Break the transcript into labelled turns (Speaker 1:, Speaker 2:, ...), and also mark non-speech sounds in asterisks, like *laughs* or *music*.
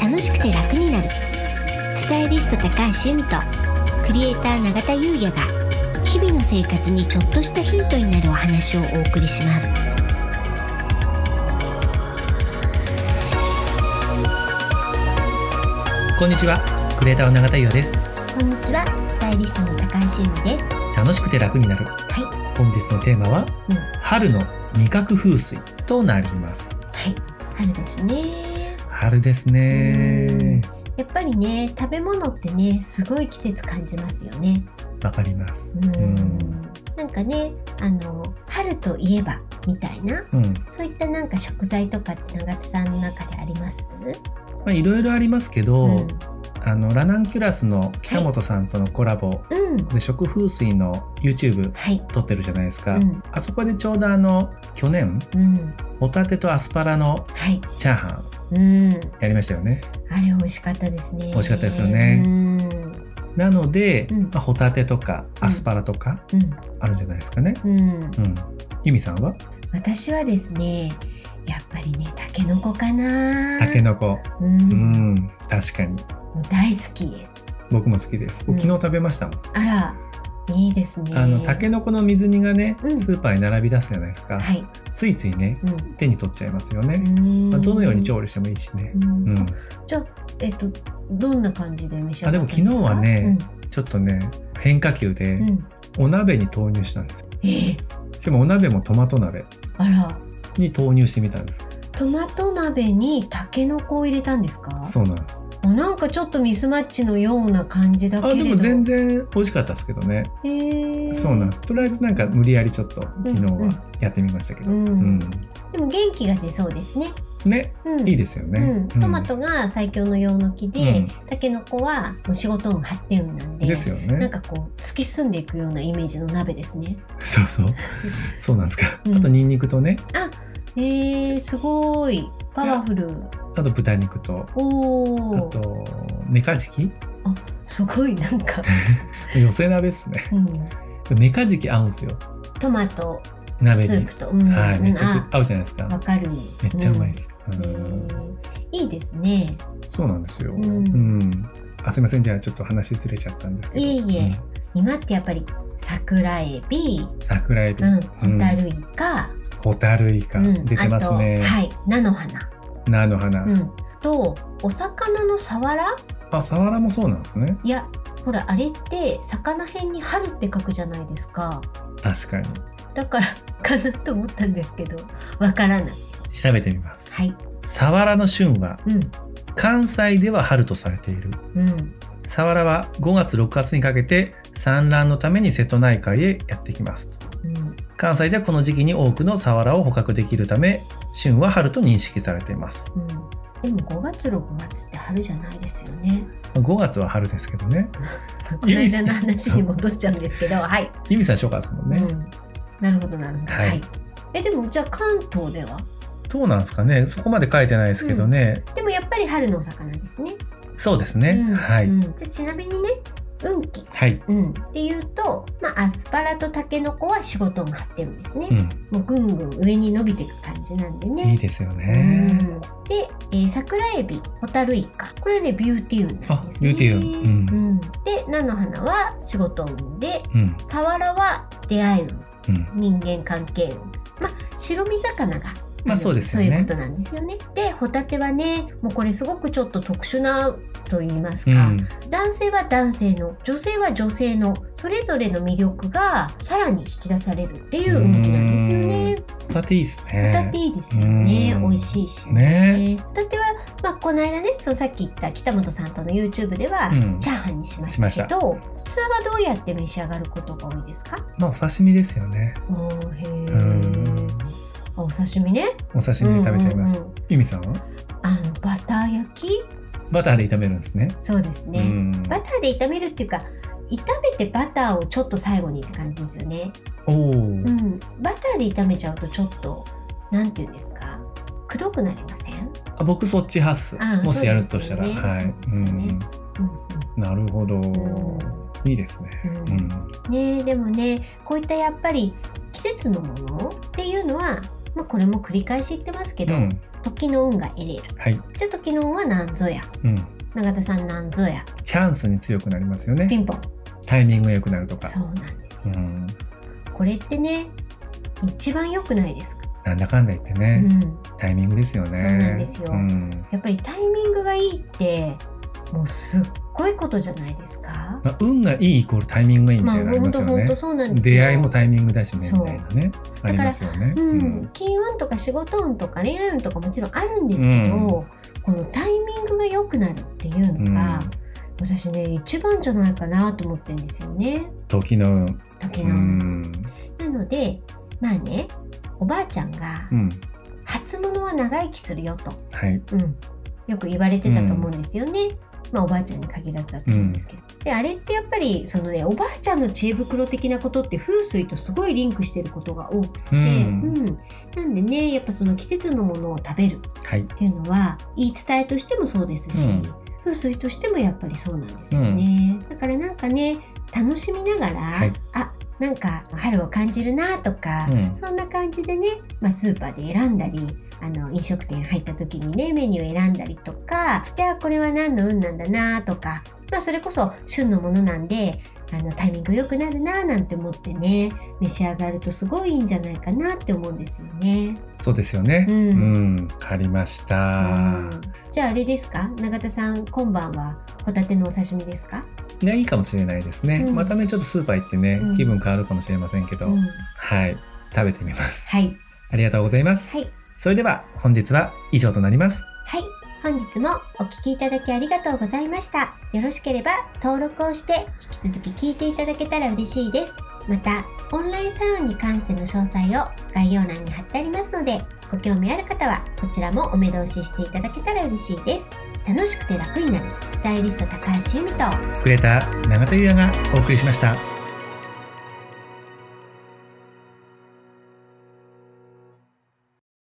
Speaker 1: 楽しくて楽になるスタイリスト高橋由美とクリエイター永田優也が日々の生活にちょっとしたヒントになるお話をお送りします
Speaker 2: こんにちはクリエイターの永田優也です
Speaker 1: こんにちはスタイリストの高橋由美です
Speaker 2: 楽しくて楽になる
Speaker 1: は
Speaker 2: 本日のテーマは、
Speaker 1: うん
Speaker 2: 春の味覚風水となります
Speaker 1: いはい春ですね
Speaker 2: 春ですね
Speaker 1: やっぱりね食べ物ってねすごい季節感じますよね
Speaker 2: わかります
Speaker 1: うん
Speaker 2: うん
Speaker 1: なんかねあの春といえばみたいな
Speaker 2: うん、
Speaker 1: そういったなんか食材とかって永田さんの中であります
Speaker 2: まあいろいろありますけど、
Speaker 1: うん
Speaker 2: あのラナンキュラスの北本さんとのコラボ、
Speaker 1: うん
Speaker 2: で食風水の YouTube
Speaker 1: はい
Speaker 2: 撮ってるじゃないです
Speaker 1: う
Speaker 2: か、
Speaker 1: ん
Speaker 2: あそこでちょうどあの去年
Speaker 1: うん
Speaker 2: ホタテとアスパラの
Speaker 1: はい
Speaker 2: チャーハン
Speaker 1: うん
Speaker 2: やりましたよね
Speaker 1: あれ美味しかったですね
Speaker 2: 美味しかったですよね
Speaker 1: うん
Speaker 2: なので、
Speaker 1: うん
Speaker 2: まあ、ホタテとか
Speaker 1: うん
Speaker 2: アスパラとかあるんじゃないですかね。
Speaker 1: うんうん
Speaker 2: うん。ゆみさんは
Speaker 1: 私はですねやっぱりねタケノコかな
Speaker 2: タケノコ。
Speaker 1: う
Speaker 2: うん
Speaker 1: も
Speaker 2: ん、確かに。
Speaker 1: う大好きです
Speaker 2: 僕も好きです。
Speaker 1: うん
Speaker 2: 昨日食べましたもん。
Speaker 1: あらいいですね
Speaker 2: あのタケノコの水煮がね、
Speaker 1: うん
Speaker 2: スーパーに並び出すじゃないですか。
Speaker 1: はい
Speaker 2: ついついね、
Speaker 1: う
Speaker 2: 手に取っちゃいますよね。
Speaker 1: ん
Speaker 2: まあ、どのように
Speaker 1: ょ
Speaker 2: 調理してもいいしね
Speaker 1: う。ん
Speaker 2: うん。
Speaker 1: じゃあえっとどんな感じで召し上が
Speaker 2: あ
Speaker 1: った
Speaker 2: で
Speaker 1: んで
Speaker 2: も
Speaker 1: すか
Speaker 2: 昨日はね、ちょっとね、変化球で
Speaker 1: うんうん
Speaker 2: お鍋に投入したんですよ。
Speaker 1: ええ
Speaker 2: しかもお鍋もトマト鍋
Speaker 1: あら
Speaker 2: に投入してみたんです。
Speaker 1: トマト鍋にタケノコを入れたんですか
Speaker 2: そうなんです。
Speaker 1: あなんかちょっとミスマッチのような感じだけれ
Speaker 2: あ、
Speaker 1: ど
Speaker 2: でも全然美味しかったですけどね。
Speaker 1: へー
Speaker 2: そうなんです。とりあえずなんか無理やりちょっと昨日
Speaker 1: うんうん
Speaker 2: はやってみましたけど。
Speaker 1: う
Speaker 2: うんん
Speaker 1: でも元気が出そうですね、
Speaker 2: ね、
Speaker 1: うん、
Speaker 2: いいですよね。
Speaker 1: うん、
Speaker 2: うん
Speaker 1: トマトが最強の用の木で、
Speaker 2: うん
Speaker 1: タケノコはもう仕事運発展運なんで
Speaker 2: ですよ
Speaker 1: なん
Speaker 2: ね。
Speaker 1: かこう突き進んでいくようなイメージの鍋ですね
Speaker 2: そうそう。そうなんですか
Speaker 1: う。ん
Speaker 2: あとニンニクとね、
Speaker 1: へえすごいパワフル
Speaker 2: あと豚肉と、
Speaker 1: お
Speaker 2: あ
Speaker 1: お
Speaker 2: とメカジキ。
Speaker 1: すごいなん
Speaker 2: *laughs*
Speaker 1: か、
Speaker 2: 寄せ鍋ですね。
Speaker 1: うん、
Speaker 2: メカジキ合うんですよ。
Speaker 1: トマト
Speaker 2: 鍋
Speaker 1: スー
Speaker 2: に
Speaker 1: プ。と、うん
Speaker 2: はい、めっちゃ
Speaker 1: うん
Speaker 2: く合うじゃないです
Speaker 1: あわ
Speaker 2: か。
Speaker 1: かる
Speaker 2: めっちゃうまいです。
Speaker 1: う
Speaker 2: うん
Speaker 1: んいいですね
Speaker 2: そうなんですよ。
Speaker 1: う
Speaker 2: うんん。あ、すみません。じゃあちょっと話ずれちゃったんですけど。
Speaker 1: いえいえ
Speaker 2: うん
Speaker 1: 今ってやっぱり桜エビ、
Speaker 2: 桜エビ
Speaker 1: う、ん、ホタルイカ、
Speaker 2: ホタルイカ
Speaker 1: うん
Speaker 2: 出てます
Speaker 1: あ
Speaker 2: ね
Speaker 1: と。はい菜の花、
Speaker 2: 菜の花。
Speaker 1: うん、とお魚のサワラ
Speaker 2: あ、サワラもそうなんですね。
Speaker 1: いやほらあれって魚編に春って書くじゃないですか
Speaker 2: 確かに。
Speaker 1: だからかなと思ったんですけどわからない
Speaker 2: 調べてみます。
Speaker 1: はい
Speaker 2: サワラの旬は
Speaker 1: うん
Speaker 2: 関西では春とされている。
Speaker 1: うん
Speaker 2: サワラは5月6月にかけて産卵のために瀬戸内海へやってきます。
Speaker 1: うん
Speaker 2: 関西ではこの時期に多くのサワラを捕獲できるため、旬は春と認識されています。
Speaker 1: うんでも5月6月って春じゃないですよね。
Speaker 2: 5月は春ですけどね。
Speaker 1: まあこの間の話に戻っちゃうんですけど、はい。
Speaker 2: ゆみさん初夏ですもんね。
Speaker 1: うん、なるほどなるほど。
Speaker 2: はい
Speaker 1: えでもじゃあ関東では
Speaker 2: どうなんですかね。そこまで書いてないですけどね。
Speaker 1: でもやっぱり春のお魚ですね。
Speaker 2: そうですね。
Speaker 1: うん
Speaker 2: はい、
Speaker 1: うんじゃあちなみにね運気、
Speaker 2: はい。
Speaker 1: うん、っていうと、まあ、アスパラとタケノコは仕事を張ってるんですね、
Speaker 2: うん。
Speaker 1: もうぐんぐん上に伸びていく感じなんで
Speaker 2: いい
Speaker 1: ね。
Speaker 2: ですよ
Speaker 1: う
Speaker 2: ね。
Speaker 1: んで、えー桜エビホタルイカこれはねビューティー運なんですね。
Speaker 2: あビューティー運う
Speaker 1: うんで菜の花は仕事運で
Speaker 2: うん。
Speaker 1: サワラは出会い
Speaker 2: うん。
Speaker 1: 運人間関係運まあ白身魚が
Speaker 2: まあそうです
Speaker 1: そ
Speaker 2: よ
Speaker 1: ういう
Speaker 2: ね
Speaker 1: こ。となんですよね。でホタテはねもうこれすごくちょっと特殊なと言いますか、
Speaker 2: うん。
Speaker 1: 男性は男性の女性は女性のそれぞれの魅力がさらに引き出されるっていう運気なんですよね。
Speaker 2: ホタテいいです
Speaker 1: ホ
Speaker 2: ね。
Speaker 1: タテいいですよね
Speaker 2: うん
Speaker 1: 美味しいしね。
Speaker 2: ね
Speaker 1: ホタテは、まあ、この間ねそうさっき言った北本さんとの YouTube では、
Speaker 2: うん
Speaker 1: チャーハンにしま
Speaker 2: しま
Speaker 1: し
Speaker 2: したた
Speaker 1: けど普通はどうやって召し上がることが多いですか
Speaker 2: まあお刺身ですよね。
Speaker 1: おーへー
Speaker 2: うん
Speaker 1: あお刺身ね。
Speaker 2: お刺身で食べちゃいます。
Speaker 1: うんうんうん
Speaker 2: ゆみさんは
Speaker 1: あのバター焼き
Speaker 2: バターで炒めるんですね。
Speaker 1: そうですね、
Speaker 2: うん。
Speaker 1: バターで炒めるっていうか炒めてバターをちょっと最後にって感じですよね、
Speaker 2: おお、
Speaker 1: うん、バターで炒めちゃうとちょっとなんていうんですかくどくなりません、
Speaker 2: あ僕そっち派っす
Speaker 1: あ。
Speaker 2: もしやるとしたら、
Speaker 1: そうですよね
Speaker 2: はい。
Speaker 1: そうですよね
Speaker 2: うん。なるほど。
Speaker 1: ん
Speaker 2: いいですね。
Speaker 1: うんうん
Speaker 2: うん。
Speaker 1: ねえでもねこういったやっぱり季節のものっていうのはまあ、これも繰り返し言ってますけ
Speaker 2: う
Speaker 1: ど、
Speaker 2: ん
Speaker 1: 時の運が得れる
Speaker 2: はい、
Speaker 1: じゃあ時の運は何ぞや
Speaker 2: うん、
Speaker 1: 永田さん何ぞや
Speaker 2: チャンスに強くなりますよ
Speaker 1: ピ
Speaker 2: ね
Speaker 1: ンポン
Speaker 2: タイミングが良くなるとか
Speaker 1: そうなんです
Speaker 2: う
Speaker 1: よ
Speaker 2: ん
Speaker 1: これってね一番良くないですか、
Speaker 2: なんだかんだ言って
Speaker 1: う
Speaker 2: ね、
Speaker 1: ん、
Speaker 2: タイミングですよね
Speaker 1: そうなんですよ
Speaker 2: うん
Speaker 1: やっぱりタイミングがいいってもうすっごいことじゃないですか、
Speaker 2: まあ、運がいいイコールタイミングがいいみ
Speaker 1: ま
Speaker 2: た
Speaker 1: あ
Speaker 2: いなのあり
Speaker 1: 本
Speaker 2: ま
Speaker 1: 当
Speaker 2: すよ
Speaker 1: 本
Speaker 2: ね
Speaker 1: 当そうなんですよ
Speaker 2: 出会いもタイミングだしね
Speaker 1: そう
Speaker 2: みたいなねありますよね
Speaker 1: う、
Speaker 2: うん
Speaker 1: 金運とか仕事運とか恋愛運とかもちろんあるんですけど、
Speaker 2: うん
Speaker 1: このタイミングが良くなるっていうの
Speaker 2: ん
Speaker 1: が、私ね一番じゃないかなと思ってるんですよね
Speaker 2: 時の運
Speaker 1: 時
Speaker 2: う
Speaker 1: の、
Speaker 2: ん
Speaker 1: なのでまあねおばあちゃんが
Speaker 2: うん
Speaker 1: 「初物は長生きするよと」
Speaker 2: はい
Speaker 1: うんよく言われてたと思うんですよね。まあ、おばあちゃんに限らずだと思うんですけど、であれってやっぱりそのねおばあちゃんの知恵袋的なことって風水とすごいリンクしてることが多くて、う
Speaker 2: う
Speaker 1: ん
Speaker 2: ん
Speaker 1: なんでねやっぱその季節のものを食べる
Speaker 2: はい
Speaker 1: っていうのは言い伝えとしてもそうですし、
Speaker 2: うん
Speaker 1: 風水としてもやっぱりそうなんですよね、だからなんかね楽しみながら、
Speaker 2: はい
Speaker 1: あなんか春を感じるなとか、
Speaker 2: うん
Speaker 1: そんな感じでね、まあ、スーパーで選んだりあの飲食店入った時にねメニュー選んだりとかであこれは何の運なんだなとか、まあ、それこそ旬のものなんであのタイミング良くなるななんて思ってね召し上がるとすごいいいんじゃないかなって思うんですよね。
Speaker 2: そうですよね
Speaker 1: う
Speaker 2: うんんわかりまし
Speaker 1: うん
Speaker 2: た
Speaker 1: じゃああれですか永田さん今晩はホタテのお刺身ですか、
Speaker 2: ねいいかもしれないですね
Speaker 1: うん
Speaker 2: またねちょっとスーパー行ってね
Speaker 1: うん
Speaker 2: 気分変わるかもしれませんけど
Speaker 1: うん、
Speaker 2: はい食べてみます
Speaker 1: はい
Speaker 2: ありがとうございます
Speaker 1: はい
Speaker 2: それでは本日は以上となります
Speaker 1: はい本日もお聞きいただきありがとうございましたよろしければ登録をして引き続き聞いていただけたら嬉しいですまたオンラインサロンに関しての詳細を概要欄に貼ってありますのでご興味ある方はこちらもお目通ししていただけたら嬉しいです楽しくて楽になるスタイリスト高橋由美と
Speaker 2: クレーター永田裕也がお送りしました